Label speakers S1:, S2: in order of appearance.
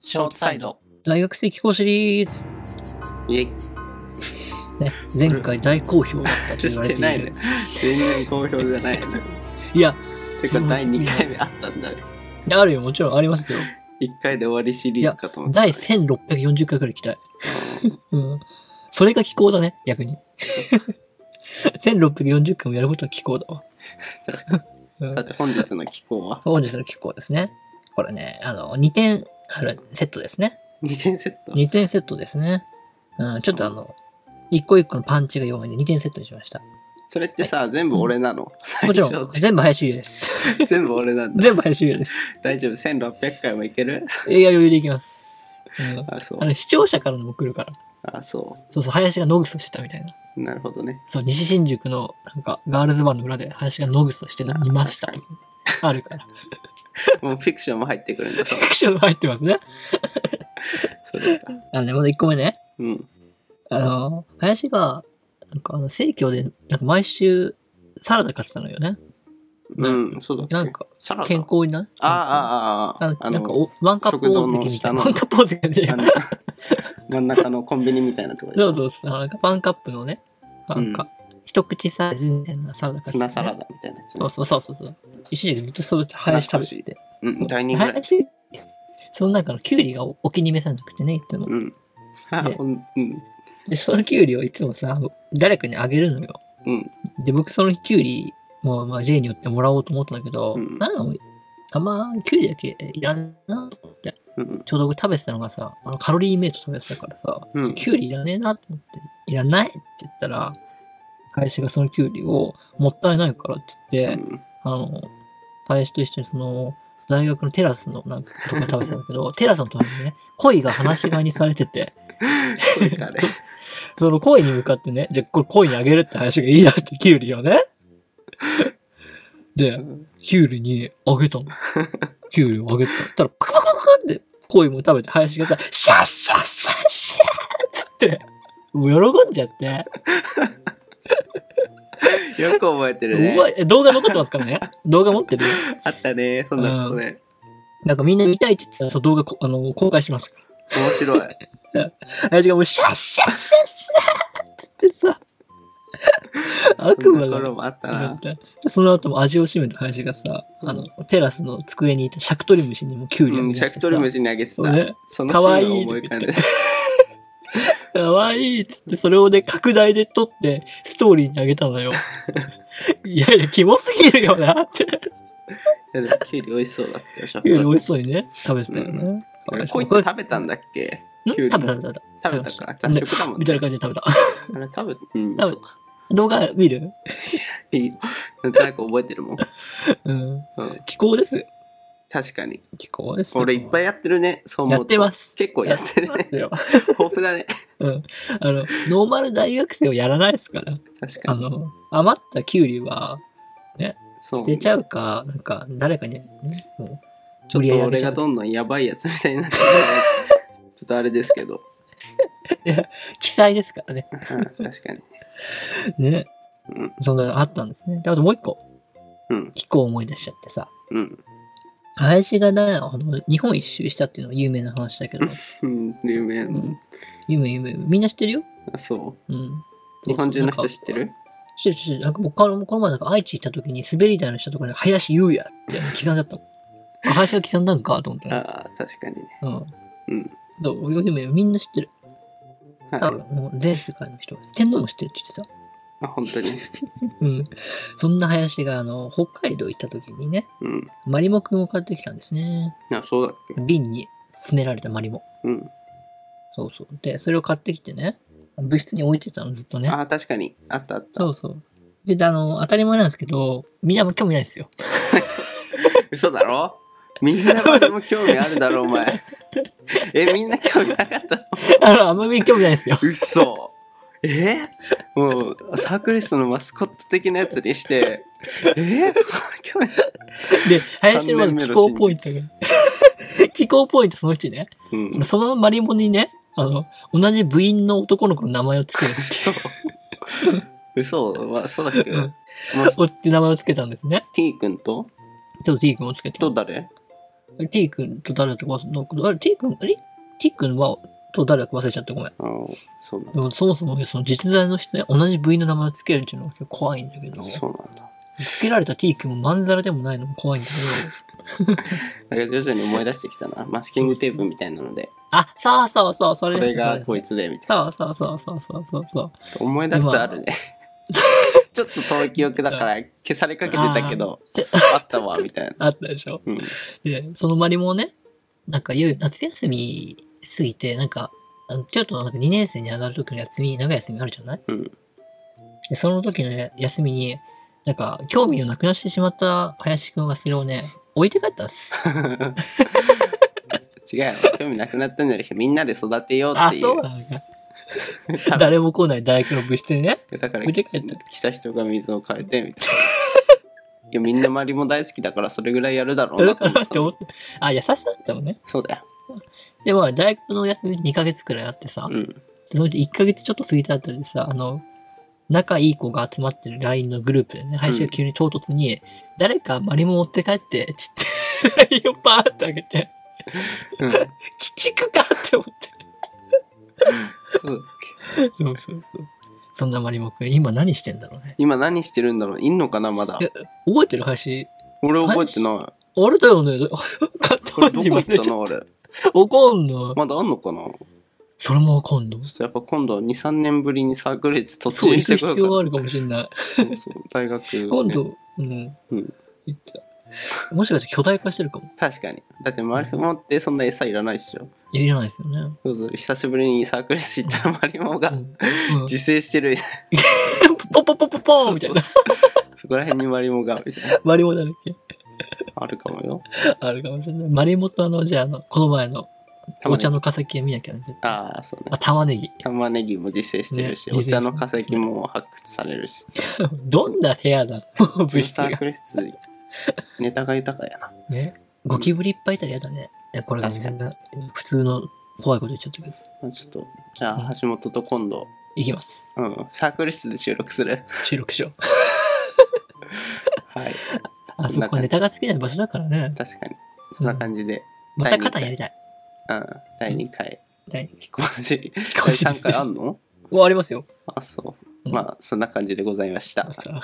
S1: ショートサイド。
S2: 大学生気候シリーズ、
S1: いえ、
S2: ね、前回大好評だったと 言
S1: し
S2: われて
S1: て
S2: いる
S1: ないね。全然好評じゃないね。
S2: いや
S1: てか、第2回目あったんだね。
S2: あるよもちろんありますよ
S1: 1回で終わりシリーズかと思った。
S2: 第1640回くらい来たい、
S1: うん
S2: うん、それが気候だね 逆に1640回もやることは気候だわ、
S1: 確かに
S2: うん
S1: だって本日の気候は
S2: 本日の気候ですねこれねあの2点あるセットですね
S1: 2点セット。
S2: 2点セットですね、うん、ちょっとあの一個一個のパンチが弱いんで2点セットにしました
S1: それってさ、全部俺な の。
S2: もちろ
S1: 最
S2: ん
S1: 初
S2: 全部林優也で す
S1: 全部俺なんだ。
S2: 全部林優也です
S1: 大丈夫 ?1600 回もいける
S2: いや余裕でいきます、うん
S1: あ、そう
S2: あ。の視聴者からのも来るから。
S1: あ、そ
S2: そうそう、林がノグソしてたみたいな。
S1: う。なるほどね。
S2: そう、西新宿のなんかガールズバーの裏で林がノグソしてた
S1: あ
S2: いました
S1: 確。
S2: あるから。
S1: もうフィクションも入ってくるんだ、そう
S2: ア。クション入ってますね。
S1: そうですか。
S2: あのね、まだ1個目ね。
S1: うん。
S2: あの、林が、なんかあの、生協で、なんか毎週、サラダ買ってたのよね。
S1: うん、そうだっけ。
S2: なんか、
S1: サラダ
S2: 健康にな
S1: ああ、ああ、あ
S2: あの
S1: あ。あ
S2: なんか
S1: の、
S2: お、ワンカップ大関みたいな。ワンカップ大関みたい
S1: あ
S2: な。
S1: の真ん中のコンビニみたいなところでし
S2: そ
S1: ょ
S2: うそうそう。なんかワンカップのね、なんか、一口サイズみたいなサラダ買って
S1: ツ
S2: たの
S1: ナサラ
S2: ね
S1: ダみたいなやつね、
S2: そうそうそうそう。一時期ずっとそれ林食べてて。
S1: うん、第2ぐらい。
S2: 林その中のキュウリがおお気に召さなくてね、いつも。
S1: うん。あ
S2: ね
S1: ほんうん。
S2: で、そのキュウリをいつもさ、誰かにあげるのよ。
S1: うん。
S2: で、僕そのキュウリも、まあ、例によってもらおうと思ったんだけど、
S1: うん
S2: なんかもうあんまキュウリだけいらんなと思って。
S1: うん。
S2: ちょうど僕食べてたのがさ、あのカロリーメイト食べてたからさ、
S1: うん。
S2: キュウリいらねえなと思って、いらないって言ったら、会社がそのキュウリをもったいないからって言って、
S1: うん
S2: あの、林と一緒にその、大学のテラスのなんかとか食べてたんだけど、テラスの隣にね、恋が話し飼いにされてて、
S1: これかね。
S2: その恋に向かってね、じゃあこれ恋にあげるって話がいいなって、キュウリをね。で、キュウリにあげたの。キュウリをあげたの。そしたら、パクパクパクって恋も食べて、林がさ、シャッシャッシャッシャッつって、もう喜んじゃって、
S1: よく覚えて るね
S2: う。わえ動画残ってますからね。動画持ってる。
S1: あったね。そんなことね。
S2: なんかみんな見たいって言ったら、その動画こあの公開しました。
S1: 面白い。
S2: あいつがもうシャッシャッシャッシャッつってさ、 悪
S1: そんな
S2: 夢
S1: とこ
S2: が
S1: ろもあった
S2: あっ
S1: な。
S2: て。その後も味を占めた林がさ、あの、テラスの机にいたシャクトリムシにもキュウリを
S1: う
S2: 見
S1: ん、シ
S2: 出して
S1: ャ
S2: さ
S1: クトリムシにあげてた
S2: そうね。
S1: そのシーンを思い浮 かんで。
S2: かわいいっつって、それをね、拡大で撮って、ストーリーにあげたの よ。いやいや、キモすぎるよなって。
S1: いやでもキュウリ美味しそうだったよ、シャク
S2: キュウリ美味し
S1: う。
S2: そうにね、食べてたよね。
S1: こういって食べたんだっけ
S2: ん
S1: キュウリ
S2: 食べた食べた。
S1: 食べたか。雑食だもん
S2: みたい
S1: ね
S2: な。感じで食べた。
S1: あれ食べ、うん、
S2: 食べ
S1: そうか。
S2: 動画見る
S1: いい。なんとなく覚えてるもん。
S2: うん。
S1: うん、
S2: 気候ですよ。
S1: 確かに。
S2: 気候ですよ。
S1: 俺いっぱいやってるね、そう思
S2: や
S1: う
S2: っ
S1: と。
S2: てます。
S1: 結構やってる ね。
S2: よ。
S1: 豊富だね。
S2: うん。あの、ノーマル大学生をやらないですから。
S1: 確か
S2: あ
S1: に。
S2: の、余ったキュウリは
S1: そ
S2: 捨
S1: う。
S2: て
S1: ち
S2: ちゃうか、なんか、誰かに、ね、もう、
S1: ょ
S2: 無
S1: っ
S2: 理やり
S1: と
S2: あげ
S1: 俺
S2: ちゃ
S1: が
S2: う
S1: どんどんやばいやつみたいになってるからちょっとあれですけど。
S2: 記載ですからね。
S1: うん確かに。
S2: ね。
S1: うん。
S2: そんなのあったんですね。であともう一個、
S1: うん。
S2: 気候を思い出しちゃってさ。
S1: うん。
S2: 林がね、あの、日本一周したっていうのは有名な話だけど、
S1: うん有名な
S2: うん有名有名、みんな知ってるよ
S1: あ、そう。
S2: うん。
S1: 日本中の人知って
S2: なん
S1: る
S2: か知ってる知ってる。なんか僕、このこの前なんか愛知行った時に滑り台の下とかに林優也って刻んじゃったの。あ林が刻んだんかと思ったね。
S1: ああ、確かにね。
S2: うん。
S1: うん。
S2: どう有名みんな知ってる。多分
S1: は
S2: もう全世界の人が。天皇も知ってるって言ってた。
S1: い。あ、本当に。
S2: うん。そんな林が、あの、北海道行った時にね、
S1: うん。
S2: マリモくんを買ってきたんですね。
S1: あ、そうだっけ。
S2: 瓶に詰められたマリモ。
S1: うん。
S2: そうそう。で、それを買ってきてね、部室に置いてたの、ずっとね。
S1: あー、確かに。あったあっ
S2: そうそう。で、あの、当たり前なんですけど、みんなも興味ないですよ。
S1: た。嘘だろみんな誰も興味あるだろ、お前。え、みんな興味なかった
S2: あの、あんまり興味ないですよ。
S1: 嘘えもうサークリストのマスコット的なやつにしてえそんな興味ない
S2: で、林のまず
S1: 三年目
S2: 気
S1: の
S2: 候ポイント
S1: 真
S2: が。気候ポイントその1ね。
S1: うん
S2: そのマリモにね、あの、同じ部員の男の子の名前をつける。
S1: 嘘嘘はそうだっけ
S2: う
S1: ど、
S2: んおって名前をつけたんですね。
S1: T 君と
S2: ちょっと T 君をつけて。
S1: と誰
S2: T 君と誰だったか忘れた。あれ、T 君、あれ ?T 君は、と誰だか忘れちゃってごめん。
S1: ああ、そうなん
S2: で
S1: だ。
S2: もそもそも、その実在の人ね、同じ部員の名前を付けるっていうのが結構怖いんだけど、付
S1: そうなんだ。
S2: けられた T 君もまんざらでもないのも怖いんだけど、
S1: なんか徐々に思い出してきたな。マスキングテープみたいなので、
S2: あ、そうそうそう、そ
S1: こ
S2: れ
S1: れが
S2: そ
S1: こいつで、みたいな。
S2: そうそうそうそうそうそうそう。
S1: ちょっと思い出すとあるね。 ちょっと遠い記憶だから消されかけてたけど、あったわ、みたいな。
S2: あったでしょ
S1: うん。
S2: で、そのマリもね、なんか夜、夏休み過ぎて、なんか、あのちょっとなんか2年生に上がる時の休み、長い休みあるじゃない
S1: うん。
S2: で、その時のや休みに、なんか、興味をなくなしてしまった林くんはそれをね、置いて帰ったんです。
S1: 違うよ。興味なくなったんじゃなくて、みんなで育てようっ
S2: あ、
S1: てい
S2: そう
S1: う。
S2: なのか。 誰も来ない大学の部室にね。
S1: だから
S2: 見て
S1: 来
S2: 帰った
S1: た人が水を変えてみたいな。いやみんな周りも大好きだからそれぐらいやるだろう
S2: だ
S1: なと
S2: か
S1: 思って
S2: ら
S1: た
S2: って思って。 あ、優しさだったのね。
S1: そうだよ。
S2: で、まあ、大学の休み2ヶ月くらいあってさ
S1: う、ん。
S2: そのうち1ヶ月ちょっと過ぎたあたりでさ、あの、仲いい子が集まってる LINE のグループでね、林が急に唐突に、誰かマリモ持って帰って、つって、LINE をパーンってあげて、
S1: うん、そう
S2: 鬼畜かって思って。
S1: だっけ
S2: そうそうそう。そんなマリモくん、今何してんだろうね。
S1: 今何してるんだろういんのかなまだ
S2: え。覚えてる林。
S1: 俺覚えてない。
S2: あれだよね。買った
S1: これどこ行っ
S2: れ
S1: たの俺。
S2: わかんない。
S1: まだあんのかなちょ
S2: それもわかんない。
S1: っとやっぱ今度2、3年ぶりにサークル室突
S2: そう、
S1: 入し
S2: 行く
S1: てく
S2: 必
S1: る
S2: 要
S1: か
S2: が
S1: ら。
S2: あるかもしれない。
S1: そうそう。大学、ね。
S2: 今度、うん。
S1: うん
S2: 行ったもしかして巨大化してるかも。
S1: 確かに。だって周りもってそんな餌いらないっしょ。
S2: いやいらないですよね。
S1: そうそう。久しぶりにサークル室行ったらマリモが
S2: うんうん、
S1: 自生してる。
S2: ポポポポポーンみたいな。
S1: そこら辺にマリモが、みたいな。
S2: マリモだらけ。
S1: あるかもよ。
S2: あるかもしれない。マリモとあの、じゃあ、あの、この前のお茶の化石を見なきゃね。
S1: ああ、そうね。
S2: あ、玉ねぎ。
S1: 玉ねぎも自生してるし、
S2: ね
S1: お
S2: 自生
S1: 茶
S2: して
S1: の化石も発掘されるし。
S2: どんな部屋だ、もう物質
S1: サー
S2: が。
S1: クル室、ネタが豊かやな。
S2: ね。ゴキブリいっぱいいたら嫌だね。いや、これが全然普通の怖いこと言っちゃったけど。
S1: まあちょっと、じゃ
S2: う
S1: あ
S2: ん、
S1: 橋本と今度、
S2: いき ます。
S1: うん、サークル室で収録する。
S2: 収録しよう。
S1: はい。
S2: あそこはネタがつけない場所だからね。
S1: 確かに。そんな感じで、
S2: また肩やりたい。
S1: うん、第2回、
S2: 第
S1: 気候し、
S2: 2
S1: 第
S2: 回。
S1: 3回あ んの
S2: 終わりますよ。
S1: あ、そうう。
S2: ん
S1: まあ、そんな感じでございました。
S2: さあ